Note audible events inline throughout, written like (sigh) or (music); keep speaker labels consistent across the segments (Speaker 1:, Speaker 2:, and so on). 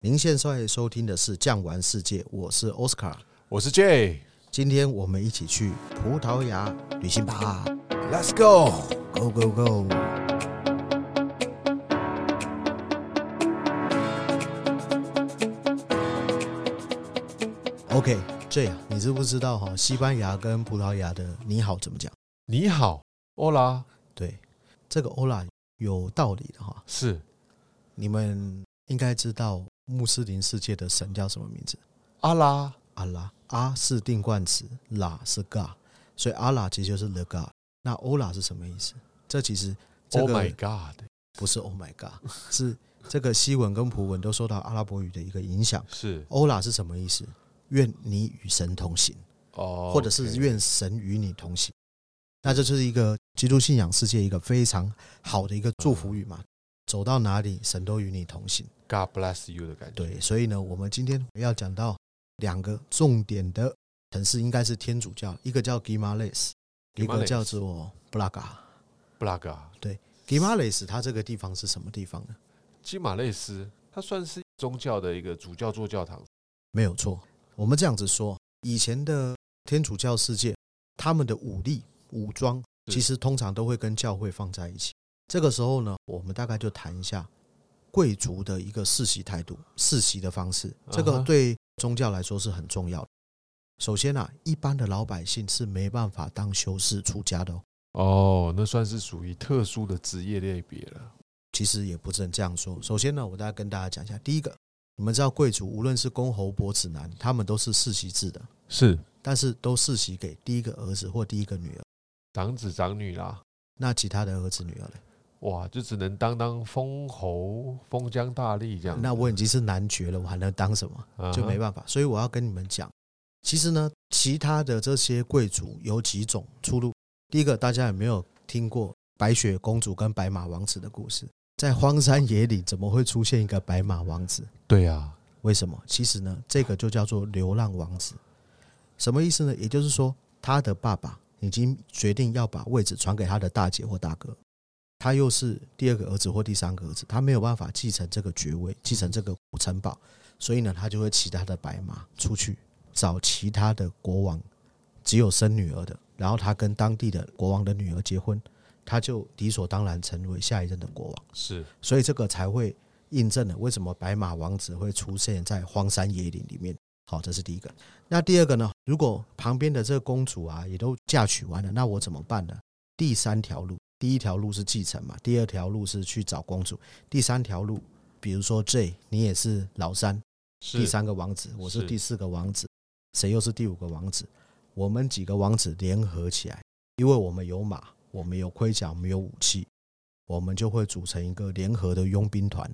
Speaker 1: 您现在收听的是《酱玩世界》，我是 Oscar。
Speaker 2: 我是 J，
Speaker 1: 今天我们一起去葡萄牙旅行吧
Speaker 2: l e t s go。
Speaker 1: ！Go go go！OK，J，、啊，你知不知道哈、西班牙跟葡萄牙的你好怎么讲？
Speaker 2: 你好，欧拉，
Speaker 1: 对，这个欧拉有道理的哈、
Speaker 2: 是
Speaker 1: 你们应该知道穆斯林世界的神叫什么名字？
Speaker 2: 阿拉，
Speaker 1: 阿拉，阿是定冠词，拉是 God，所以阿拉其实就是 the God。那欧拉是什么意思？这其实这
Speaker 2: Oh
Speaker 1: 个
Speaker 2: my God，
Speaker 1: 不是 Oh my God，是这个西文跟葡文都受到阿拉伯语的一个影响。
Speaker 2: 是
Speaker 1: 欧拉是什么意思？愿你与神同行，
Speaker 2: 哦，
Speaker 1: 或者是
Speaker 2: OK
Speaker 1: 愿神与你同行。那这就是一个基督信仰世界一个非常好的一个祝福语嘛。走到哪里，神都与你同行。
Speaker 2: God bless you 的感觉，
Speaker 1: 对，所以呢，我们今天要讲到两个重点的城市，应该是天主教，一个叫 Gimales，一个
Speaker 2: Guimarães
Speaker 1: 叫做布拉嘎。
Speaker 2: ，Blaga，
Speaker 1: Gimales 它这个地方是什么地方呢？
Speaker 2: 基马内斯，它算是宗教的一个主教座教堂，
Speaker 1: 没有错，我们这样子说，以前的天主教世界，他们的武力武装
Speaker 2: 是
Speaker 1: 其实通常都会跟教会放在一起。这个时候呢，我们大概就谈一下贵族的一个世袭态度、世袭的方式，这
Speaker 2: 啊
Speaker 1: 个
Speaker 2: 哈
Speaker 1: 对宗教来说是很重要的。首先啊，一般的老百姓是没办法当修士出家的、哦，
Speaker 2: 哦，那算是属于特殊的职业类别了，
Speaker 1: 其实也不能这样说。首先呢，我大概跟大家讲一下，第一个，你们知道贵族无论是公侯伯子男，他们都是世袭制的，
Speaker 2: 是
Speaker 1: 但是都世袭给第一个儿子或第一个女儿。
Speaker 2: 长子长女啦，
Speaker 1: 那其他的儿子女儿嘞？
Speaker 2: 哇，就只能当当封侯、封疆大吏这样子，啊
Speaker 1: 那我已经是男爵了，我还能当什么？
Speaker 2: 啊哈
Speaker 1: 就没办法。所以我要跟你们讲，其实呢，其他的这些贵族有几种出路。第一个，大家有没有听过白雪公主跟白马王子的故事？在荒山野岭，怎么会出现一个白马王子？
Speaker 2: 对啊，
Speaker 1: 为什么？其实呢，这个就叫做流浪王子。什么意思呢？也就是说，他的爸爸已经决定要把位置传给他的大姐或大哥，他又是第二个儿子或第三个儿子，他没有办法继承这个爵位，继承这个城堡，所以呢，他就会骑他的白马出去找其他的国王，只有生女儿的，然后他跟当地的国王的女儿结婚，他就理所当然成为下一任的国王。
Speaker 2: 是
Speaker 1: 所以这个才会印证了为什么白马王子会出现在荒山野岭里面。好，这是第一个。那第二个呢？如果旁边的这个公主啊也都嫁娶完了，那我怎么办呢？第三条路，第一条路是继承嘛，第二条路是去找公主，第三条路，比如说 J，你也是老三，
Speaker 2: 是
Speaker 1: 第三个王子，我是
Speaker 2: 是
Speaker 1: 第四个王子，谁又是第五个王子？我们几个王子联合起来，因为我们有马，我们有盔甲，我们有武器，我们就会组成一个联合的佣兵团。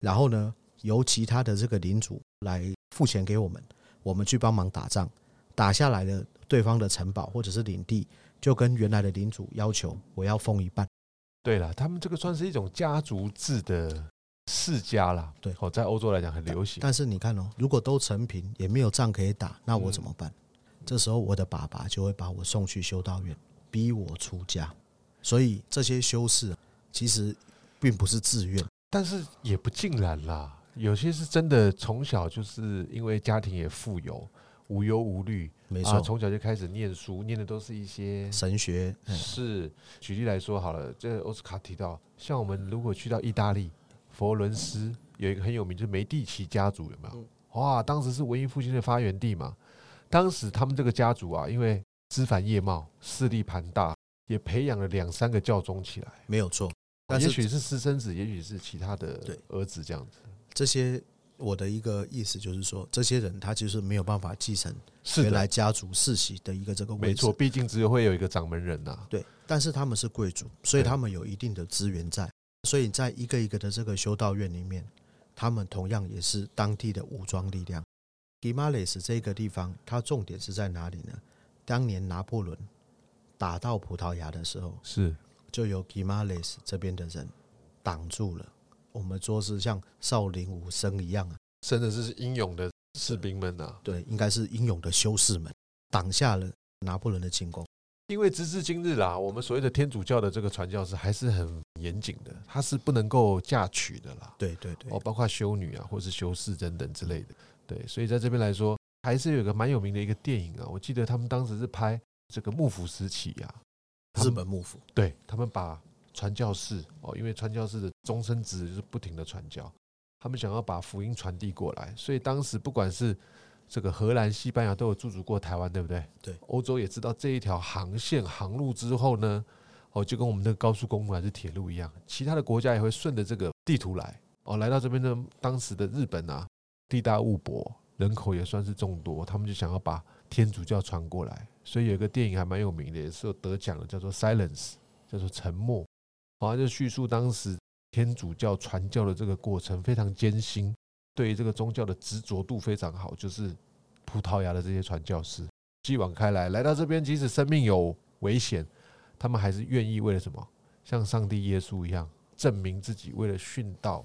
Speaker 1: 然后呢，由其他的这个领主来付钱给我们，我们去帮忙打仗，打下来的对方的城堡或者是领地，就跟原来的领主要求，我要封一半。
Speaker 2: 对啦，他们这个算是一种家族制的世家啦。
Speaker 1: 对
Speaker 2: 哦，在欧洲来讲很流行。
Speaker 1: 但是你看哦，如果都成平，也没有仗可以打，那我怎么办？
Speaker 2: 嗯
Speaker 1: 这时候我的爸爸就会把我送去修道院，逼我出家。所以这些修士啊其实并不是自愿，
Speaker 2: 但是也不尽然啦，有些是真的从小就是因为家庭也富有，无忧无虑，
Speaker 1: 没错，
Speaker 2: 啊，从小就开始念书，念的都是一些。
Speaker 1: 神学、嗯
Speaker 2: 是，举例来说好了，这奥斯卡提到，像我们如果去到意大利佛罗伦斯，有一个很有名，就是梅第奇家族，有没
Speaker 1: 嗯
Speaker 2: 有？哇，当时是文艺复兴的发源地嘛。当时他们这个家族啊，因为枝繁叶茂，势力庞大，也培养了两三个教宗起来。
Speaker 1: 没有错。但
Speaker 2: 哦也
Speaker 1: 是
Speaker 2: 许是私生子，也许是其他的
Speaker 1: 对
Speaker 2: 儿子这样子。
Speaker 1: 这些我的一个意思就是说，这些人他就是没有办法继承
Speaker 2: 是
Speaker 1: 原来
Speaker 2: 的，
Speaker 1: 家族世袭的一个这个位
Speaker 2: 没
Speaker 1: 置
Speaker 2: 错，，毕竟只有会有一个掌门人呐、
Speaker 1: 对，但是他们是贵族，所以
Speaker 2: 对
Speaker 1: 他们有一定的资源在，所以在一个一个的这个修道院里面，他们同样也是当地的武装力量。Gimales 这个地方，它重点是在哪里呢？当年拿破仑打到葡萄牙的时候，
Speaker 2: 是
Speaker 1: 就由 Gimales 这边的人挡住了。我们说是像少林武僧一样啊，
Speaker 2: 真的是英勇的士兵们呐、
Speaker 1: 对，应该是英勇的修士们挡下了拿破仑的进攻。
Speaker 2: 因为直至今日啦，我们所谓的天主教的这个传教是还是很严谨的，它是不能够嫁娶的啦，
Speaker 1: 对对对
Speaker 2: 哦，，包括修女啊，或是修士等等之类的。对，所以在这边来说，还是有一个蛮有名的一个电影啊，我记得他们当时是拍这个幕府时期啊，他
Speaker 1: 日
Speaker 2: 们
Speaker 1: 本幕府，
Speaker 2: 对他们把传教士哦，因为传教士的终身职就是不停的传教，他们想要把福音传递过来，所以当时不管是这个荷兰、西班牙都有驻足过台湾，对不对？
Speaker 1: 对，
Speaker 2: 欧洲也知道这一条航线航路之后呢，哦，就跟我们的高速公路还是铁路一样，其他的国家也会顺着这个地图来哦，来到这边呢，当时的日本啊，地大物博，人口也算是众多，他们就想要把天主教传过来，所以有一个电影还蛮有名的，也是有得奖的，叫做《Silence》。叫做沉默，好、像就叙述当时天主教传教的这个过程非常艰辛，对于这个宗教的执着度非常好，就是葡萄牙的这些传教士继往开来，来到这边，即使生命有危险，他们还是愿意为了什么，像上帝耶稣一样，证明自己，为了殉道，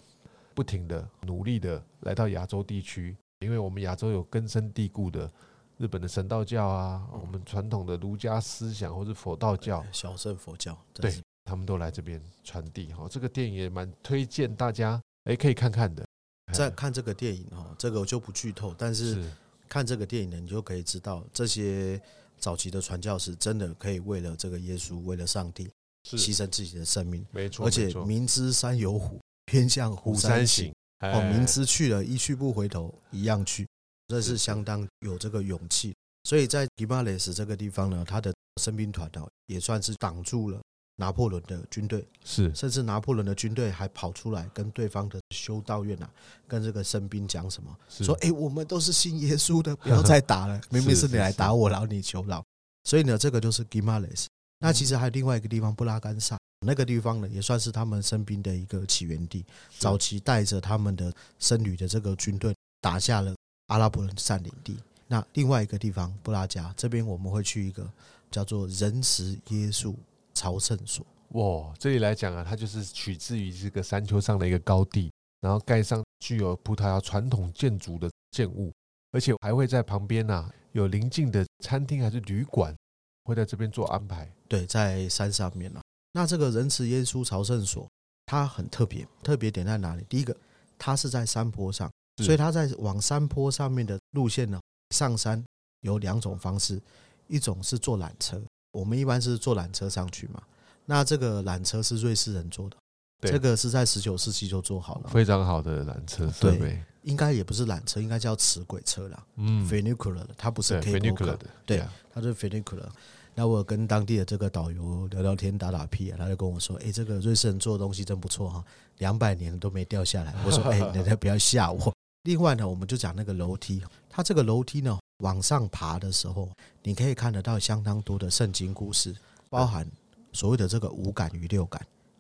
Speaker 2: 不停的努力的来到亚洲地区，因为我们亚洲有根深蒂固的。日本的神道教啊，我们传统的儒家思想或是佛道教，
Speaker 1: 小圣佛教，真
Speaker 2: 哦对
Speaker 1: 是
Speaker 2: 他们都来这边传递哈。这个电影也蛮推荐大家，哎，可以看看的。哎
Speaker 1: 在看这个电影哈，这个我就不剧透，但是
Speaker 2: 是
Speaker 1: 看这个电影呢，你就可以知道这些早期的传教士真的可以为了这个耶稣，为了上帝牺
Speaker 2: 是，
Speaker 1: 牲自己的生命，
Speaker 2: 没错，
Speaker 1: 而且
Speaker 2: 没错
Speaker 1: 明知山有虎，偏向虎
Speaker 2: 虎
Speaker 1: 山
Speaker 2: 山
Speaker 1: 行
Speaker 2: 行。
Speaker 1: 哦，
Speaker 2: 哎
Speaker 1: 明知去了，一去不回头，一样去，这是
Speaker 2: 是
Speaker 1: 相当有这个勇气。所以在迪马雷斯这个地方呢，他的生兵团哦，也算是挡住了拿破仑的军队，
Speaker 2: 是
Speaker 1: 甚至拿破仑的军队还跑出来跟对方的修道院啊，跟这个生兵讲什么，
Speaker 2: 是
Speaker 1: 说：“哎、我们都是信耶稣的，不要再打 (laughs) 了，明明是你来打我，然后你求饶。”所以呢，这个就是 Gimales。那其实还有另外一个地方，布拉干萨那个地方呢，也算是他们生兵的一个起源地。早期带着他们的僧侣的这个军队，打下了阿拉伯人的占领地。那另外一个地方，布拉加这边，我们会去一个叫做仁慈耶稣朝圣所。
Speaker 2: 哇，这里来讲啊，它就是取自于这个山丘上的一个高地，然后盖上具有葡萄牙传统建筑的建物，而且还会在旁边呐、啊、有邻近的餐厅还是旅馆，会在这边做安排。
Speaker 1: 对，在山上面啊。那这个仁慈耶稣朝圣所，它很特别，特别点在哪里？第一个，它是在山坡上，
Speaker 2: 是
Speaker 1: 所以它在往山坡上面的路线呢，上山有两种方式，一种是坐缆车，我们一般是坐缆车上去嘛。那这个缆车是瑞士人做的，
Speaker 2: 对
Speaker 1: 这个是在十九世纪就做好了，
Speaker 2: 非常好的缆车设
Speaker 1: 对
Speaker 2: 备，
Speaker 1: 应该也不是缆车，应该叫齿轨车啦
Speaker 2: 嗯
Speaker 1: v e n i c u l a r 它不是
Speaker 2: 对
Speaker 1: c a
Speaker 2: v
Speaker 1: b
Speaker 2: e
Speaker 1: l
Speaker 2: n c u l a
Speaker 1: car
Speaker 2: 的，
Speaker 1: 对
Speaker 2: yeah
Speaker 1: 他是 funicular。那我有跟当地的这个导游聊聊天、打打屁、啊，他就跟我说：“哎、这个瑞士人做的东西真不错哈，两百年都没掉下来。”我说：“哎、你不要吓我。”另外呢，我们就讲那个楼梯，它这个楼梯呢往上爬的时候，你可以看得到相当多的圣经故事，包含所谓的这个五感与六感：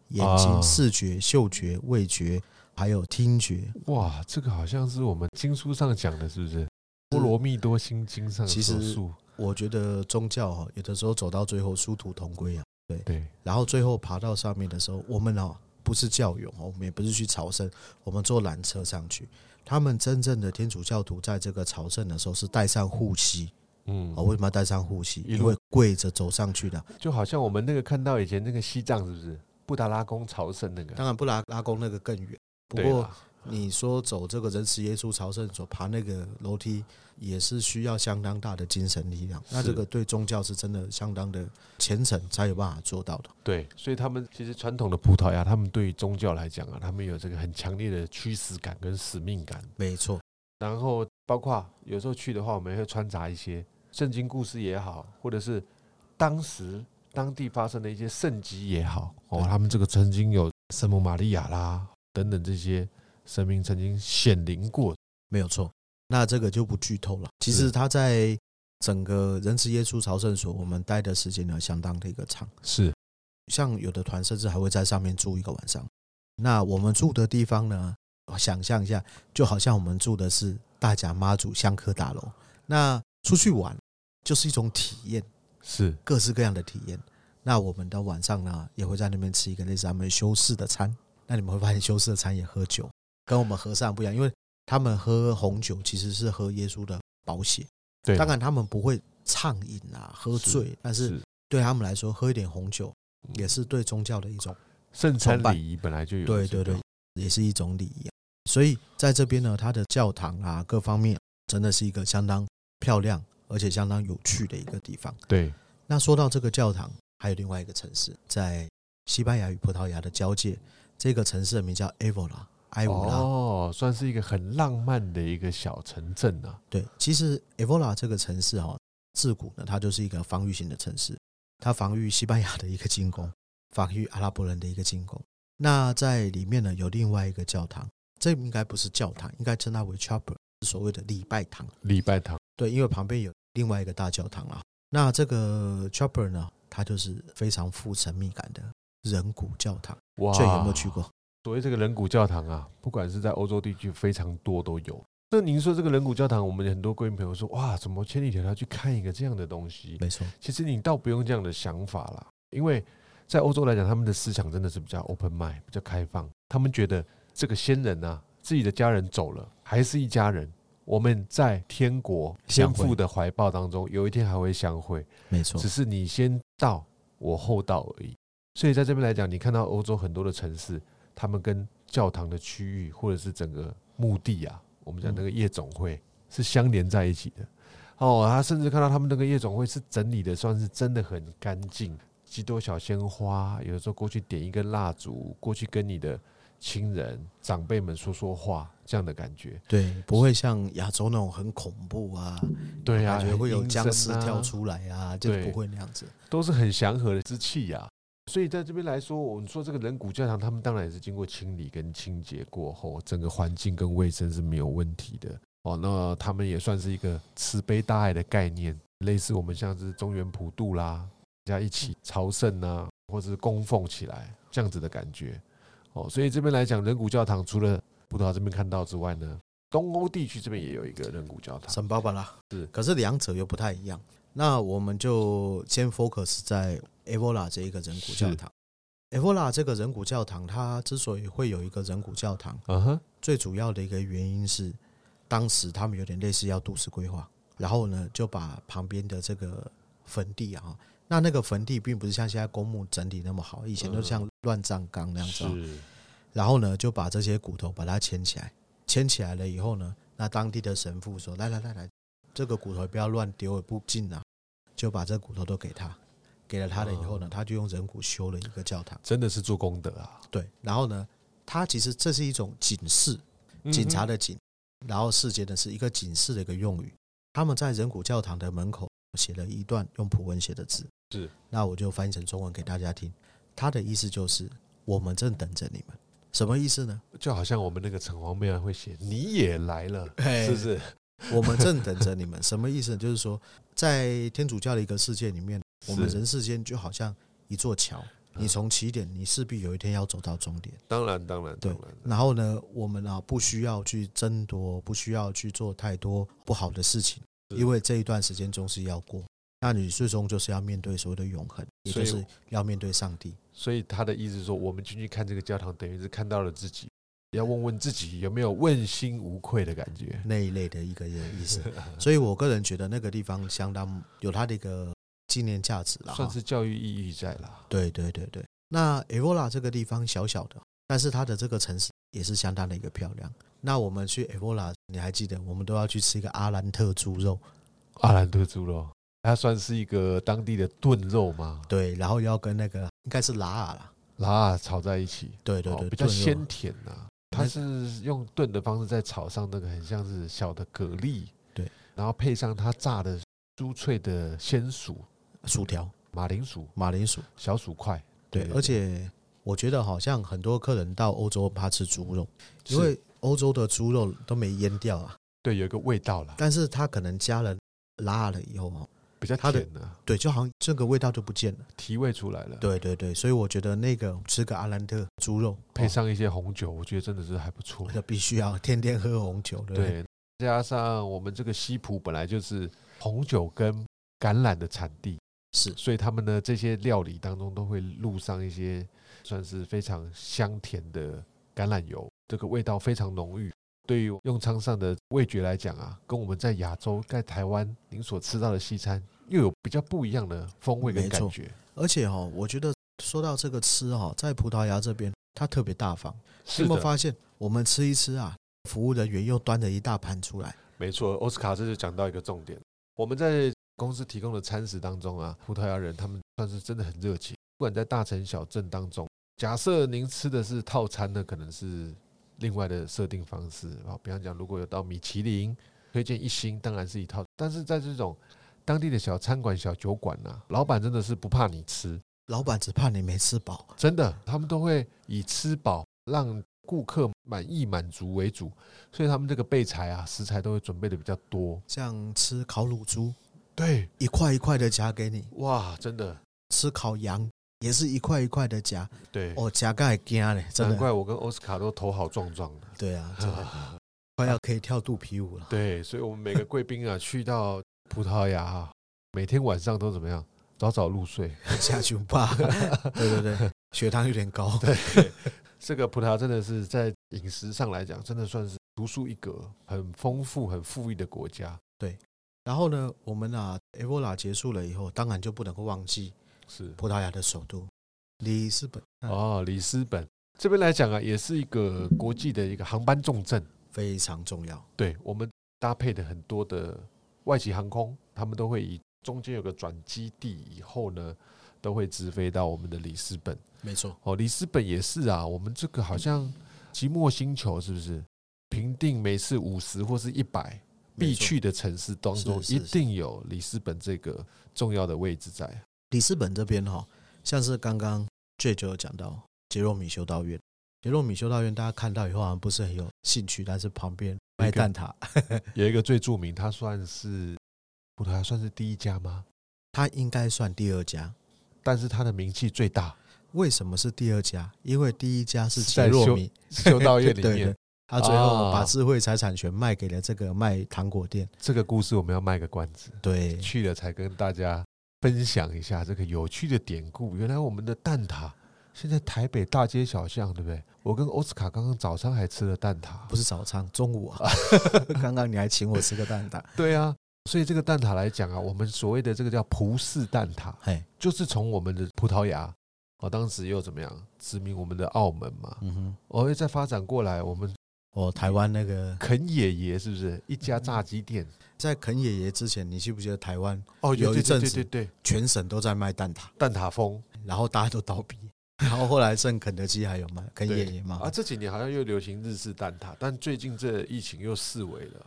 Speaker 1: 眼睛、
Speaker 2: 啊
Speaker 1: 视觉、嗅觉、味觉，还有听觉。
Speaker 2: 哇，这个好像是我们经书上讲的，是不是？波罗蜜多心经上
Speaker 1: 其
Speaker 2: 所
Speaker 1: 实
Speaker 2: 述，
Speaker 1: 我觉得宗教哈，有的时候走到最后殊途同归啊。
Speaker 2: 对，
Speaker 1: 然后最后爬到上面的时候，我们哦不是教友哦，我们也不是去朝圣，我们坐缆车上去。他们真正的天主教徒在这个朝圣的时候是带上护膝
Speaker 2: 嗯
Speaker 1: 哦，，为什么要带上护膝？
Speaker 2: 一
Speaker 1: 因
Speaker 2: 路
Speaker 1: 为跪着走上去的。
Speaker 2: 就好像我们那个看到以前那个西藏是不是布达拉宫朝圣那个？
Speaker 1: 当然布拉拉宫那个更远，不
Speaker 2: 对啊
Speaker 1: 过
Speaker 2: 啦，
Speaker 1: 你说走这个仁慈耶稣朝圣所爬那个楼梯，也是需要相当大的精神力量。那
Speaker 2: 是
Speaker 1: 这个对宗教是真的相当的虔诚才有办法做到的。
Speaker 2: 对，所以他们其实传统的葡萄牙，他们对于宗教来讲啊，他们有这个很强烈的驱使感跟使命感。
Speaker 1: 没错，
Speaker 2: 然后包括有时候去的话，我们也会穿插一些圣经故事也好，或者是当时当地发生的一些圣迹也好，哦，
Speaker 1: 对
Speaker 2: 他们这个曾经有圣母玛利亚啦等等这些神明曾经显灵过，
Speaker 1: 没有错。那这个就不剧透了。其实
Speaker 2: 是
Speaker 1: 他在整个仁慈耶稣朝圣所，我们待的时间呢相当的一个长，
Speaker 2: 是
Speaker 1: 像有的团甚至还会在上面住一个晚上。那我们住的地方呢，想象一下，就好像我们住的是大甲妈祖香科大楼。那出去玩就是一种体验，
Speaker 2: 是
Speaker 1: 各式各样的体验。那我们到晚上呢，也会在那边吃一个类似他们修士的餐。那你们会发现，修士的餐也喝酒，跟我们和尚不一样，因为他们喝红酒其实是喝耶稣的宝血。
Speaker 2: 对，
Speaker 1: 当然，他们不会畅饮啊，喝醉，但是
Speaker 2: 是
Speaker 1: 对他们来说，喝一点红酒也是对宗教的一种，
Speaker 2: 圣餐
Speaker 1: 崇拜
Speaker 2: 礼仪本来就有，
Speaker 1: 对对对，，也是一种礼仪啊。所以在这边呢，它的教堂啊，各方面真的是一个相当漂亮，而且相当有趣的一个地方。
Speaker 2: 对，
Speaker 1: 那说到这个教堂，还有另外一个城市，在西班牙与葡萄牙的交界，这个城市的名叫埃维拉，埃维拉。
Speaker 2: 哦，算是一个很浪漫的一个小城镇啊，
Speaker 1: 对，其实 Evola 这个城市哈、自古呢，它就是一个防御型的城市，它防御西班牙的一个进攻，防御阿拉伯人的一个进攻。那在里面呢，有另外一个教堂，这应该不是教堂，应该称它为 chapel，是所谓的礼拜堂。
Speaker 2: 礼拜堂，
Speaker 1: 对，因为旁边有另外一个大教堂啦。那这个 chapel 呢，它就是非常富神秘感的人骨教堂。
Speaker 2: 哇，
Speaker 1: 这有没有去过？
Speaker 2: 所谓这个人骨教堂啊，不管是在欧洲地区非常多都有。那您说这个人骨教堂，我们很多贵宾朋友说，哇，怎么千里迢迢去看一个这样的东西？
Speaker 1: 没错，
Speaker 2: 其实你倒不用这样的想法啦，因为在欧洲来讲，他们的思想真的是比较 open mind，比较开放。他们觉得这个先人啊，自己的家人走了，还是一家人。我们在天国天
Speaker 1: 相会
Speaker 2: 父的怀抱当中，有一天还会相会。
Speaker 1: 没错
Speaker 2: 只，是你先到，我后到而已。所以在这边来讲，你看到欧洲很多的城市，他们跟教堂的区域或者是整个墓地啊，我们讲
Speaker 1: 嗯
Speaker 2: 那个夜总会是相连在一起的。哦，他甚至看到他们那个夜总会是整理的，算是真的很干净，几朵小鲜花，有的时候过去点一根蜡烛，过去跟你的亲人长辈们说说话，这样的感觉。
Speaker 1: 对，不会像亚洲那种很恐怖啊，
Speaker 2: 对啊，
Speaker 1: 感觉会有
Speaker 2: 很阴
Speaker 1: 僵尸
Speaker 2: 森啊
Speaker 1: 跳出来啊，就是
Speaker 2: 对啊
Speaker 1: 不会那样子。
Speaker 2: 都是很祥和的之气呀、所以在这边来说，我们说这个人骨教堂，他们当然也是经过清理跟清洁过后，整个环境跟卫生是没有问题的哦。那他们也算是一个慈悲大爱的概念，类似我们像是中原普渡啦，大家一起朝圣啊，或者是供奉起来这样子的感觉哦。所以这边来讲，人骨教堂除了葡萄牙这边看到之外呢，东欧地区这边也有一个人骨教堂。
Speaker 1: 圣巴巴拉
Speaker 2: 是
Speaker 1: 可是两者又不太一样。那我们就先 focus 在 Evola 这一个人骨教堂。Evola 这个人骨教堂，它之所以会有一个人骨教堂，
Speaker 2: 嗯哼，
Speaker 1: 最主要的一个原因是，当时他们有点类似要都市规划，然后呢就把旁边的这个坟地啊，那那个坟地并不是像现在公墓整理那么好，以前都像乱葬岗那样子、啊，
Speaker 2: 是
Speaker 1: 然后呢，就把这些骨头把它牵起来，牵起来了以后呢，那当地的神父说：“来来来来，这个骨头不要乱丢，也不进啊。”就把这骨头都给他，给了他了以后呢，他就用人骨修了一个教堂。
Speaker 2: 真的是做功德啊！
Speaker 1: 对，然后呢，他其实这是一种警示，
Speaker 2: 嗯
Speaker 1: 警察
Speaker 2: 哼
Speaker 1: 的警，然后世界的是一个警示的一个用语。他们在人骨教堂的门口写了一段用葡文写的字，
Speaker 2: 是，
Speaker 1: 那我就翻译成中文给大家听。他的意思就是我们正等着你们，什么意思呢？
Speaker 2: 就好像我们那个城隍庙会写“你也来了”，
Speaker 1: 哎
Speaker 2: 是不是？
Speaker 1: 我们
Speaker 2: (laughs)
Speaker 1: 正等着你们。什么意思呢？就是说，在天主教的一个世界里面，我们
Speaker 2: 是
Speaker 1: 人世间就好像一座桥，
Speaker 2: 嗯
Speaker 1: 你从起点，你势必有一天要走到终点。
Speaker 2: 当然，当然，
Speaker 1: 对
Speaker 2: 当然，
Speaker 1: 然后呢，我们啊不需要去争夺，不需要去做太多不好的事情，
Speaker 2: 是
Speaker 1: 因为这一段时间终是要过。那你最终就是要面对所谓的永恒，也
Speaker 2: 所
Speaker 1: 就
Speaker 2: 以
Speaker 1: 是要面对上帝。
Speaker 2: 所以他的意思是说，我们进去看这个教堂，等于是看到了自己，要问问自己有没有问心无愧的感觉。
Speaker 1: 那一类的一个意
Speaker 2: (laughs)
Speaker 1: 思。所以我个人觉得那个地方相当有它的一个纪念价值了，
Speaker 2: 算是教育意义在啦。
Speaker 1: 对对对对，那 Evola 这个地方小小的，但是它的这个城市也是相当的一个漂亮。那我们去 Evola，你还记得我们都要去吃一个阿兰特猪肉，
Speaker 2: 阿兰特猪肉，它算是一个当地的炖肉吗？
Speaker 1: 对，然后要跟那个应该是拉尔啦，
Speaker 2: 拉啊炒在一起，
Speaker 1: 对对
Speaker 2: 哦
Speaker 1: 对，
Speaker 2: 比较
Speaker 1: 炖肉
Speaker 2: 鲜甜呐、它
Speaker 1: 那
Speaker 2: 是用炖的方式在炒上那个很像是小的蛤蜊，
Speaker 1: 对，
Speaker 2: 然后配上它炸的酥脆的鲜薯、
Speaker 1: 薯条、
Speaker 2: 马铃薯、
Speaker 1: 马铃薯，
Speaker 2: 小薯块，
Speaker 1: 对，
Speaker 2: 对对
Speaker 1: 而且我觉得好像很多客人到欧洲怕吃猪肉，因
Speaker 2: 是
Speaker 1: 为欧洲的猪肉都没腌掉啊，
Speaker 2: 对有一个味道啦，
Speaker 1: 但是它可能加了拉了以后哦，
Speaker 2: 比较
Speaker 1: 它的
Speaker 2: 甜的
Speaker 1: 对，就好像这个味道就不见了。
Speaker 2: 提味出来了。，
Speaker 1: 对对对，所以我觉得那个吃个阿兰特猪肉
Speaker 2: 配
Speaker 1: 哦
Speaker 2: 上一些红酒，我觉得真的是还不错
Speaker 1: 我。就必须要天天喝红酒，对不对？
Speaker 2: 对，加上我们这个西普本来就是红酒跟橄榄的产地，
Speaker 1: 是
Speaker 2: 所以他们呢这些料理当中都会录上一些算是非常香甜的橄榄油，这个味道非常浓郁。对于用餐上的味觉来讲啊，跟我们在亚洲在台湾您所吃到的西餐又有比较不一样的风味跟
Speaker 1: 没错
Speaker 2: 感觉。
Speaker 1: 而且哦，我觉得说到这个吃哈、哦，在葡萄牙这边它特别大方，你
Speaker 2: 是
Speaker 1: 有没有
Speaker 2: 的，
Speaker 1: 发现？我们吃一吃啊，服务人员又端了一大盘出来，
Speaker 2: 没错。奥斯卡这就讲到一个重点，我们在公司提供的餐食当中啊，葡萄牙人他们算是真的很热情，不管在大城小镇当中。假设您吃的是套餐呢，可能是另外的设定方式啊。比方讲，如果有到米其林，推荐一星，当然是一套。但是在这种当地的小餐馆、小酒馆呐、老板真的是不怕你吃，
Speaker 1: 老板只怕你没吃饱，
Speaker 2: 真的，他们都会以吃饱让顾客满意满足为主，所以他们这个备材啊，食材都会准备的比较多。
Speaker 1: 像吃烤乳猪，
Speaker 2: 对，
Speaker 1: 一块一块的夹给你；
Speaker 2: 哇，真的，
Speaker 1: 吃烤羊也是一块一块的夹，
Speaker 2: 对，
Speaker 1: 哦，夹个还惊嘞，真
Speaker 2: 难
Speaker 1: 的。
Speaker 2: 怪我跟奥斯卡都头好壮壮
Speaker 1: (laughs)
Speaker 2: 的。
Speaker 1: 对啊，真的快要可以跳肚皮舞
Speaker 2: (laughs)
Speaker 1: 了。
Speaker 2: 对，所以我们每个贵宾啊，去到葡萄牙啊，每天晚上都怎么样，早早入睡。 (laughs)
Speaker 1: 下去吧，对对对，血糖有点高。对，
Speaker 2: 这个葡萄牙真的是在饮食上来讲，真的算是独树一格，很丰富、很富裕的国家。
Speaker 1: 然后呢，我们啊，Evola 结束了以后，当然就不能够忘记
Speaker 2: 是
Speaker 1: 葡萄牙的首都里斯本，
Speaker 2: 哦，里斯本这边来讲啊，也是一个国际的一个航班重镇。
Speaker 1: 非常重要。
Speaker 2: 对我们搭配的很多的外籍航空，他们都会以中间有个转基地以后呢，都会直飞到我们的里斯本。
Speaker 1: 没错，
Speaker 2: 哦，里斯本也是啊，我们这个好像寂寞星球是不是？评定每次五十或是一百必
Speaker 1: 没错
Speaker 2: 去的城市当中，
Speaker 1: 是是
Speaker 2: 一定有里斯本这个重要的位置在。
Speaker 1: 里斯本这边哈、像是刚刚 J 就有讲到杰洛米修道院，杰洛米修道院大家看到以后好像不是很有兴趣，但是旁边卖蛋挞，
Speaker 2: 有一个最著名，它算是葡萄牙算是第一家吗？
Speaker 1: 它应该算第二家。
Speaker 2: 但是它的名气最 (laughs) 大，
Speaker 1: 为什么是第二家？因为第一家是
Speaker 2: 是
Speaker 1: 杰
Speaker 2: 在
Speaker 1: 洛
Speaker 2: 修
Speaker 1: 米
Speaker 2: 修道院
Speaker 1: (laughs)
Speaker 2: 里
Speaker 1: 对
Speaker 2: 面
Speaker 1: 对，他最后
Speaker 2: 啊
Speaker 1: 把智慧财产权卖给了这个卖糖果店。
Speaker 2: 这个故事我们要卖个关子，
Speaker 1: 对，
Speaker 2: 去了才跟大家分享一下这个有趣的典故。原来我们的蛋挞，现在台北大街小巷，对不对？我跟奥斯卡刚刚早上还吃了蛋挞，
Speaker 1: 不是早餐，中午
Speaker 2: (laughs)
Speaker 1: 啊。刚刚你还请我吃个蛋挞，
Speaker 2: 对啊。所以这个蛋挞来讲啊，我们所谓的这个叫葡式蛋挞，
Speaker 1: 嘿，
Speaker 2: 就是从我们的葡萄牙，哦，当时又怎么样殖民我们的澳门嘛，
Speaker 1: 嗯哼，
Speaker 2: 哦，又再发展过来，我们
Speaker 1: 我哦台湾那个
Speaker 2: 肯野爷是不是一家炸鸡店？
Speaker 1: 在肯爷爷之前，你记不记得台湾
Speaker 2: 哦，
Speaker 1: 有
Speaker 2: 对
Speaker 1: 一阵
Speaker 2: 对
Speaker 1: 子
Speaker 2: 对对对，
Speaker 1: 全省都在卖蛋挞，
Speaker 2: 蛋挞风
Speaker 1: 然后大家都倒闭，然后后来剩肯德基还有卖，肯爷爷嘛
Speaker 2: 啊，，这几年好像又流行日式蛋挞，但最近这疫情又四维了。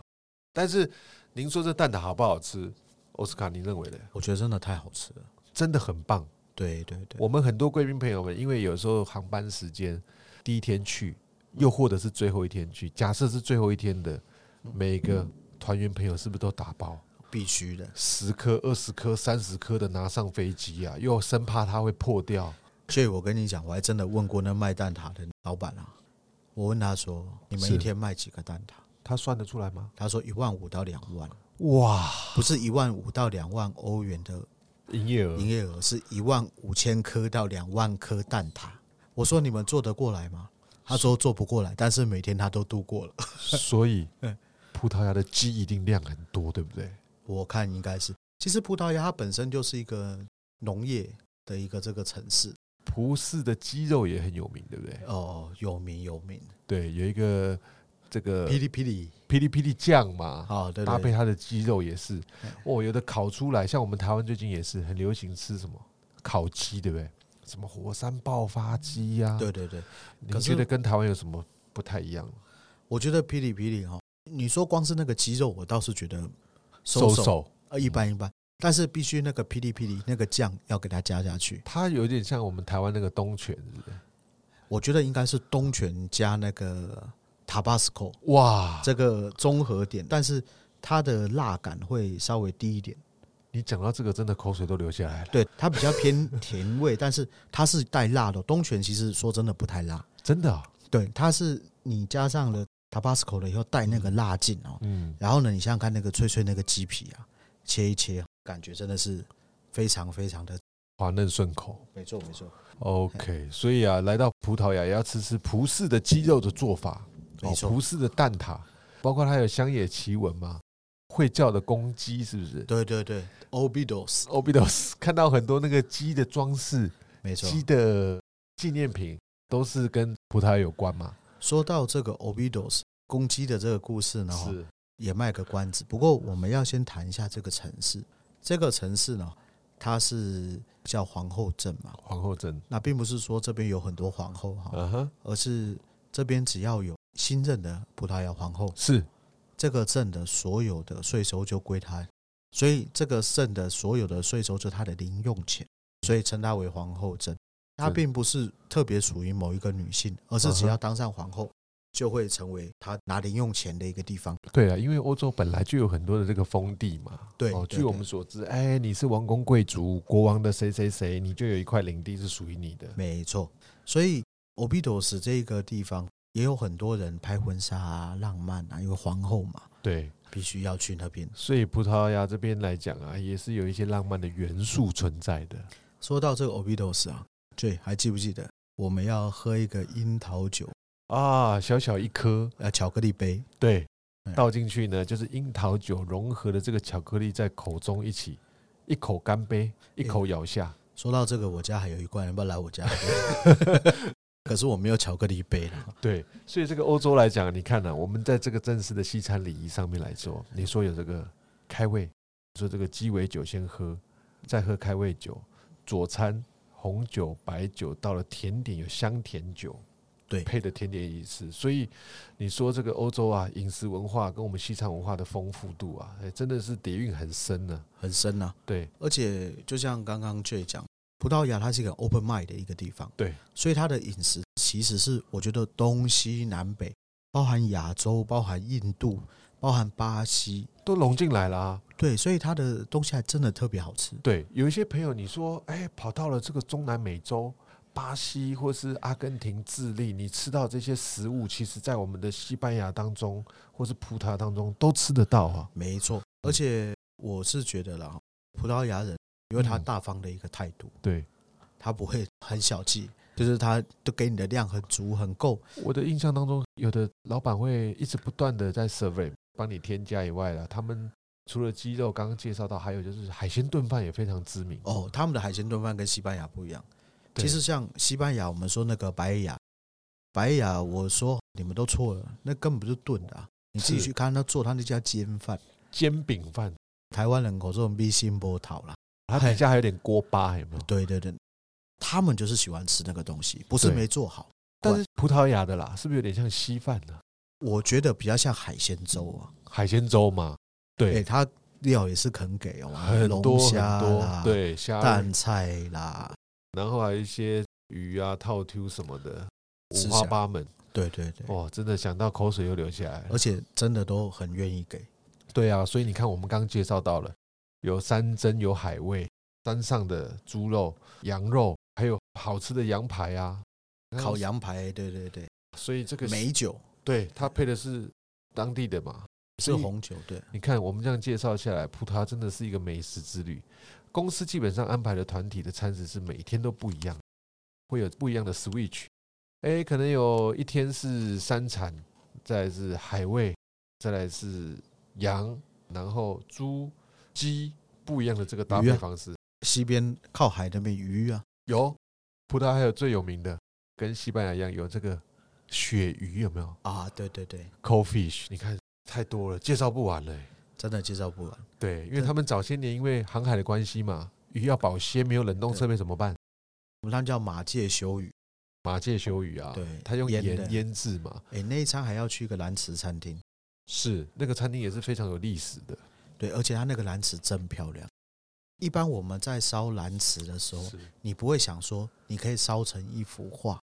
Speaker 2: 但是您说这蛋挞好不好吃？奥斯卡，您认为呢？
Speaker 1: 我觉得真的太好吃了。
Speaker 2: 真的很棒。
Speaker 1: 对对对，
Speaker 2: 我们很多贵宾朋友们，因为有时候航班时间第一天去，又或者是最后一天去，假设是最后一天的，每个团员朋友是不是都打包
Speaker 1: 必须的。
Speaker 2: 十颗、二十颗、三十颗的拿上飞机啊？又生怕它会破掉。
Speaker 1: 所以我跟你讲，我还真的问过那卖蛋挞的老板啊，我问他说，你们
Speaker 2: 是
Speaker 1: 一天卖几个蛋挞？
Speaker 2: 他算得出来吗？
Speaker 1: 他说一万五到两万，
Speaker 2: 哇，
Speaker 1: 不是一万五到两万欧元的
Speaker 2: 营业额
Speaker 1: 营业额，是一万五千颗到两万颗蛋挞。我说你们做得过来吗？他说做不过来，但是每天他都度过了。
Speaker 2: 所
Speaker 1: (laughs)
Speaker 2: 以
Speaker 1: 嗯，
Speaker 2: 葡萄牙的鸡一定量很多，对不对？
Speaker 1: 我看应该是，其实葡萄牙它本身就是一个农业的一个这个城市，
Speaker 2: 葡式的鸡肉也很有名，对不对？
Speaker 1: 哦，有名有名，
Speaker 2: 对，有一个这个
Speaker 1: 霹雳霹雳，
Speaker 2: 霹雳霹雳酱嘛，
Speaker 1: 好、对
Speaker 2: 搭
Speaker 1: 对
Speaker 2: 配
Speaker 1: 对，
Speaker 2: 它的鸡肉也是
Speaker 1: 嗯，
Speaker 2: 哦，有的烤出来，像我们台湾最近也是很流行吃什么烤鸡，对不对？什么火山爆发鸡呀、
Speaker 1: 对对对，
Speaker 2: 你
Speaker 1: 可是
Speaker 2: 觉得跟台湾有什么不太一样？
Speaker 1: 我觉得霹雳霹雳哈，哦你说光是那个鸡肉，我倒是觉得收
Speaker 2: 收
Speaker 1: 手
Speaker 2: 手，
Speaker 1: 呃一般一般，但是必须那个霹雳霹雳那个酱要给它加下去，
Speaker 2: 它有点像我们台湾那个东泉，是不是
Speaker 1: 我觉得应该是东泉加那个 Tabasco
Speaker 2: 哇，
Speaker 1: 这个综合点，但是它的辣感会稍微低一点。
Speaker 2: 你讲到这个，真的口水都流下来了，
Speaker 1: 对，它比较偏甜味，但是它是带辣的。东泉其实说真的不太辣，
Speaker 2: 真的啊、
Speaker 1: 对，它是你加上了 Tabasco 了以后带那个辣劲哦。
Speaker 2: 嗯，
Speaker 1: 然后呢，你想想看那个脆脆那个鸡皮啊，切一切，感觉真的是非常非常的，
Speaker 2: 滑嫩顺口。
Speaker 1: 没错没错，
Speaker 2: OK，所以啊，来到葡萄牙也要吃吃葡式的鸡肉的做法，
Speaker 1: 没错
Speaker 2: 葡式的蛋挞，包括它有乡野奇闻嘛，会叫的公鸡，是不是
Speaker 1: 对对对，Obidos， (laughs)
Speaker 2: ？Obidos 看到很多那个鸡的装饰、
Speaker 1: 没错。
Speaker 2: 鸡的纪念品，都是跟葡萄有关嘛？
Speaker 1: 说到这个 Obidos 公鸡的这个故事呢，哦
Speaker 2: 是
Speaker 1: 也卖个关子。不过我们要先谈一下这个城市，这个城市呢，它是叫皇后镇嘛。
Speaker 2: 皇后镇。
Speaker 1: 那并不是说这边有很多皇后哈，
Speaker 2: 嗯哼，
Speaker 1: 而是这边只要有新任的葡萄牙皇后，
Speaker 2: 是
Speaker 1: 这个镇的所有的税收就归她，所以这个镇的所有的税收就是她的零用钱，所以称她为皇后镇。她
Speaker 2: 是嗯
Speaker 1: 并不是特别属于某一个女性，而是只要当上皇后，就会成为她拿零用钱的一个地方。
Speaker 2: 对啊，因为欧洲本来就有很多的这个封地嘛。
Speaker 1: 对
Speaker 2: 哦，
Speaker 1: 对
Speaker 2: 据我
Speaker 1: 对
Speaker 2: 们所知，哎，你是王公贵族、国王的谁谁谁，你就有一块领地是属于你的。
Speaker 1: 没错，所以 Obidos 这个地方也有很多人拍婚纱啊、浪漫啊，因为皇后嘛，
Speaker 2: 对，
Speaker 1: 必须要去那边。
Speaker 2: 所以葡萄牙这边来讲啊，也是有一些浪漫的元素存在的。
Speaker 1: 说到这个 Obidos 啊，对，还记不记得我们要喝一个樱桃酒？
Speaker 2: 啊，小小一颗，
Speaker 1: 呃，巧克力杯，
Speaker 2: 对
Speaker 1: 嗯，
Speaker 2: 倒进去呢，就是樱桃酒融合的这个巧克力在口中一起，一口干杯，一口咬下。
Speaker 1: 说到这个，我家还有一罐，要不要来我家喝？ (laughs) 可是我没有巧克力杯了。
Speaker 2: 对，所以这个欧洲来讲，你看呢、我们在这个正式的西餐礼仪上面来说，你说有这个开胃，说这个鸡尾酒先喝，再喝开胃酒，佐餐红酒、白酒，到了甜点有香甜酒，
Speaker 1: 对
Speaker 2: 配的甜点也是。所以你说这个欧洲啊，饮食文化跟我们西餐文化的丰富度啊，哎，真的是底蕴很深呢、
Speaker 1: 很深呐、
Speaker 2: 对，
Speaker 1: 而且就像刚刚 J 讲，葡萄牙它是一个 open mind 的一个地方，
Speaker 2: 对，
Speaker 1: 所以它的饮食其实是我觉得东西南北，包含亚洲，包含印度，包含巴西，
Speaker 2: 都融进来了啊。
Speaker 1: 对，所以它的东西还真的特别好吃。
Speaker 2: 对，有一些朋友你说，哎，跑到了这个中南美洲，巴西或是阿根廷、智利，你吃到这些食物，其实在我们的西班牙当中，或是葡萄牙当中都吃得到啊。
Speaker 1: 没错，而且我是觉得啦，葡萄牙人因为他
Speaker 2: 嗯
Speaker 1: 大方的一个态度，
Speaker 2: 对，
Speaker 1: 他不会 (laughs) 很小气，就是他都给你的量很足很够。
Speaker 2: 我的印象当中，有的老板会一直不断的在 survey 帮你添加以外啦，他们除了鸡肉刚刚介绍到，还有就是海鲜炖饭也非常知名。
Speaker 1: 哦，他们的海鲜炖饭跟西班牙不一样。
Speaker 2: 对
Speaker 1: 其实像西班牙，我们说那个白牙，白牙，我说你们都错了，那根本不是炖的、啊，你自己
Speaker 2: 是
Speaker 1: 去看他做，他那叫煎饭。
Speaker 2: 煎饼饭，
Speaker 1: 台湾人口这种必心波桃啦，
Speaker 2: 它底下还有点锅巴，有没有？
Speaker 1: 对对对，他们就是喜欢吃那个东西，不是
Speaker 2: 对
Speaker 1: 没做好。
Speaker 2: 但是葡萄牙的啦，是不是有点像稀饭呢、
Speaker 1: 我觉得比较像海鲜粥啊，
Speaker 2: 海鲜粥嘛，对，
Speaker 1: 哎，他料也是肯给哦，
Speaker 2: 很
Speaker 1: 龙
Speaker 2: 多很
Speaker 1: 虾
Speaker 2: 多
Speaker 1: 啦，，
Speaker 2: 对虾蛋，
Speaker 1: 蛋菜啦，
Speaker 2: 然后还有一些鱼啊、套丢什么的，
Speaker 1: 吃
Speaker 2: 五花
Speaker 1: 起来
Speaker 2: 八门。
Speaker 1: 对对对，呃
Speaker 2: 哇，真的想到口水又流下来了
Speaker 1: 而。且真的都很愿意给。
Speaker 2: 对啊，所以你看，我们刚介绍到了有山珍，有海味，山上的猪肉、羊肉，还有好吃的羊排啊，
Speaker 1: 烤。羊排，对对对，
Speaker 2: 所以这个
Speaker 1: 美酒
Speaker 2: 对它配的是当地的嘛。
Speaker 1: 是红酒，对。
Speaker 2: 你看，我们这样介绍下来，葡萄牙真的是一个美食之旅。公司基本上安排的团体的餐食是每天都不一样，会有不一样的 switch。哎，可能有一天是山产，再来是海味，再来是羊，然后猪、鸡，不一样的这个搭
Speaker 1: 鱼啊
Speaker 2: 配方式。
Speaker 1: 西边靠海那边鱼啊，
Speaker 2: 有葡萄牙还有最有名的，跟西班牙一样有这个鳕鱼，有没有
Speaker 1: 啊，对对对，
Speaker 2: ？Cold fish，你看太多了，介绍不完了欸、
Speaker 1: 真的介绍不完。
Speaker 2: 对，因为
Speaker 1: 对
Speaker 2: 他们早些年因为航海的关系嘛，鱼要保鲜，没有冷冻设备怎么办？
Speaker 1: 我们他们叫马介休鱼，
Speaker 2: 马介休鱼啊，
Speaker 1: 对
Speaker 2: 他用
Speaker 1: 腌的
Speaker 2: 盐腌制嘛，
Speaker 1: 哎，那一餐还要去一个蓝池餐厅，
Speaker 2: 是那个餐厅也是非常有历史的，
Speaker 1: 对，而且它那个蓝池真漂亮。一般我们在烧蓝池的时候，
Speaker 2: 是
Speaker 1: 你不会想说你可以烧成一幅画，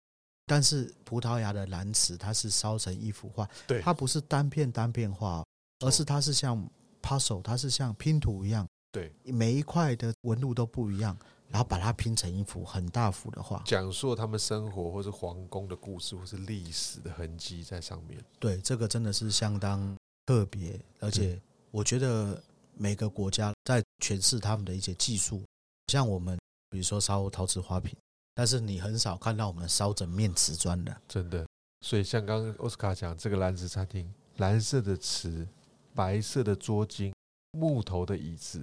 Speaker 1: 但是葡萄牙的蓝池它是烧成一幅画，
Speaker 2: 对
Speaker 1: 它不是单片单片画哦，而是它是像 puzzle，它是像拼图一样，
Speaker 2: 对，
Speaker 1: 每一块的纹路都不一样，然后把它拼成一幅很大幅的画。
Speaker 2: 讲述他们生活或是皇宫的故事或是历史的痕迹在上面。
Speaker 1: 对，这个真的是相当特别，而且
Speaker 2: 对
Speaker 1: 我觉得每个国家在诠释他们的一些技术，像我们比如说烧陶瓷花瓶，但是你很少看到我们烧整面瓷砖的。
Speaker 2: 真的。所以像刚刚奥斯卡讲，这个蓝池餐厅，蓝色的池，白色的桌巾、木头的椅子，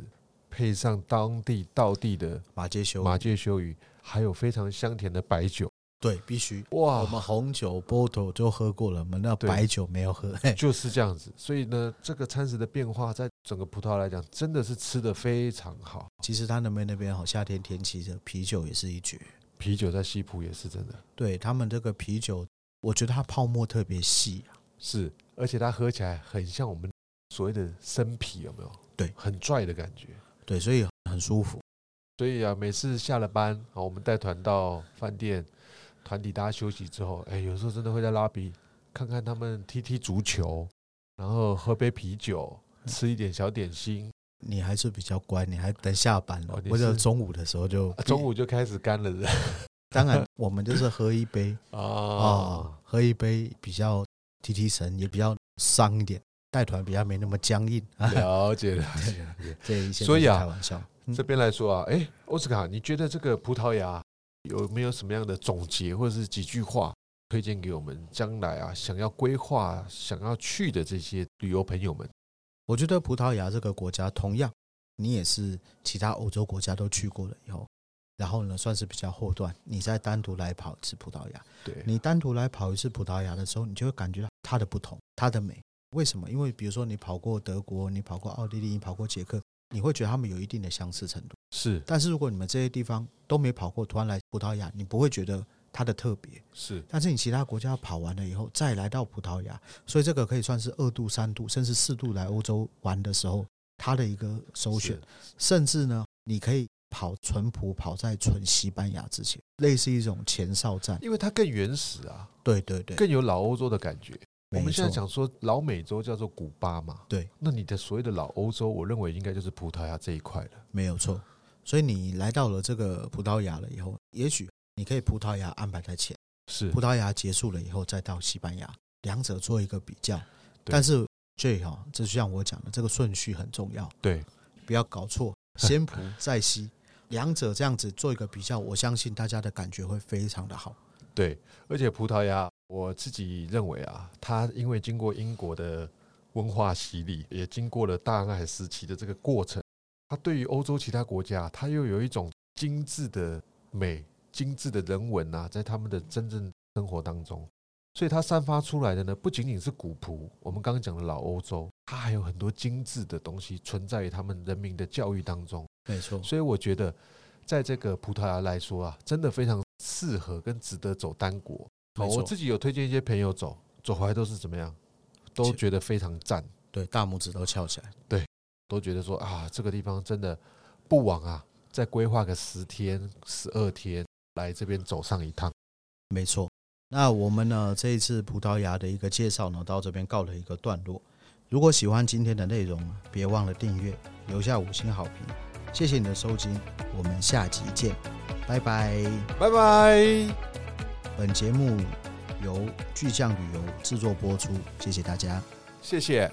Speaker 2: 配上当地道地的
Speaker 1: 马介休，
Speaker 2: 马介休鱼，还有非常香甜的白酒。
Speaker 1: 对，必须。我
Speaker 2: 哇，
Speaker 1: 们红酒、波头就喝过了，我们那
Speaker 2: 啊对
Speaker 1: 白酒没有喝。 (laughs) 嘿
Speaker 2: 就是这样子。所以呢，这个餐食的变化，在整个葡萄牙来讲，真的是吃的非常好。
Speaker 1: 其实他那边那边好，夏天天气的啤酒也是一绝。
Speaker 2: 啤酒在西普也是真的，
Speaker 1: 对他们这个啤酒，我觉得它泡沫特别细啊、
Speaker 2: 是，而且它喝起来很像我们所谓的生啤，有没有？
Speaker 1: 对
Speaker 2: 很拽的感觉。
Speaker 1: 对，所以很舒服。
Speaker 2: 所以啊，每次下了班啊，我们带团到饭店，团体大家休息之后，哎，有时候真的会在拉比看看他们踢踢足球，然后喝杯啤酒，吃一点小点心，
Speaker 1: 你还是比较乖，你还等下班了
Speaker 2: 哦，你
Speaker 1: 或者
Speaker 2: 是
Speaker 1: 中午的时候就
Speaker 2: 啊中。午就开始干了是不是
Speaker 1: (laughs) 当然，我们就是喝一
Speaker 2: (laughs)
Speaker 1: 杯
Speaker 2: 啊、
Speaker 1: 啊、喝一杯比较提提神，也比较伤一点。带团比较没那么僵硬啊，
Speaker 2: 了解了解了解。
Speaker 1: 这一些
Speaker 2: 所以啊
Speaker 1: 都是开玩笑。嗯
Speaker 2: 这边来说啊，哎，奥斯卡，你觉得这个葡萄牙有没有什么样的总结，或者是几句话推荐给我们将来啊想要规划、想要去的这些旅游朋友们？
Speaker 1: 我觉得葡萄牙这个国家，同样你也是其他欧洲国家都去过了以后，然后呢算是比较后段，你再单独来跑一次葡萄牙，
Speaker 2: 对，啊
Speaker 1: 你单独来跑一次葡萄牙的时候，你就会感觉到它的不同，它的美。为什么？因为比如说你跑过德国，你跑过奥地利，你跑过捷克，你会觉得他们有一定的相似程度。
Speaker 2: 是
Speaker 1: 但是如果你们这些地方都没跑过，突然来葡萄牙，你不会觉得它的特别。
Speaker 2: 是，
Speaker 1: 但是你其他国家跑完了以后，再来到葡萄牙，所以这个可以算是二度、三度，甚至四度来欧洲玩的时候，它的一个首选
Speaker 2: 是。
Speaker 1: 甚至呢，你可以跑纯葡，跑在纯西班牙之前，类似一种前哨战。
Speaker 2: 因为它更原始啊，
Speaker 1: 对对对，
Speaker 2: 更有老欧洲的感觉。我
Speaker 1: 没
Speaker 2: 们现在
Speaker 1: 错
Speaker 2: 讲说老美洲叫做古巴嘛，
Speaker 1: 对，
Speaker 2: 那你的所谓的老欧洲，我认为应该就是葡萄牙这一块了。
Speaker 1: 没有错。所以你来到了这个葡萄牙了以后，也许你可以葡萄牙安排在前，
Speaker 2: 是
Speaker 1: 葡萄牙结束了以后再到西班牙，两者做一个比较。
Speaker 2: 对
Speaker 1: 但是最好，这就像我讲的，这个顺序很重要。
Speaker 2: 对，
Speaker 1: 不要搞
Speaker 2: (laughs)
Speaker 1: 错，先葡再西，两者这样子做一个比较，我相信大家的感觉会非常的好。
Speaker 2: 对，而且葡萄牙，我自己认为啊，它因为经过英国的文化洗礼，也经过了大航海时期的这个过程，它对于欧洲其他国家，它又有一种精致的美、精致的人文啊，在他们的真正生活当中，所以它散发出来的呢，不仅仅是古朴，我们刚刚讲的老欧洲，它还有很多精致的东西存在于他们人民的教育当中。
Speaker 1: 没错，
Speaker 2: 所以我觉得，在这个葡萄牙来说啊，真的非常适合跟值得走单国。哦
Speaker 1: 没
Speaker 2: 我
Speaker 1: 错，
Speaker 2: 自己有推荐一些朋友走，走回来都是怎么样，都
Speaker 1: 切
Speaker 2: 觉得非常赞，
Speaker 1: 对，大拇指都翘起来。
Speaker 2: 都觉得说啊，这个地方真的不枉啊，再规划个十天、十二天来这边走上一趟。
Speaker 1: 没错。那我们呢这一次葡萄牙的一个介绍呢，到这边告了一个段落。如果喜欢今天的内容，别忘了订阅，留下五星好评。谢谢你的收听，我们下集见，拜拜。
Speaker 2: 拜拜。
Speaker 1: 本节目由巨匠旅游制作播出，谢谢大家。
Speaker 2: 谢谢。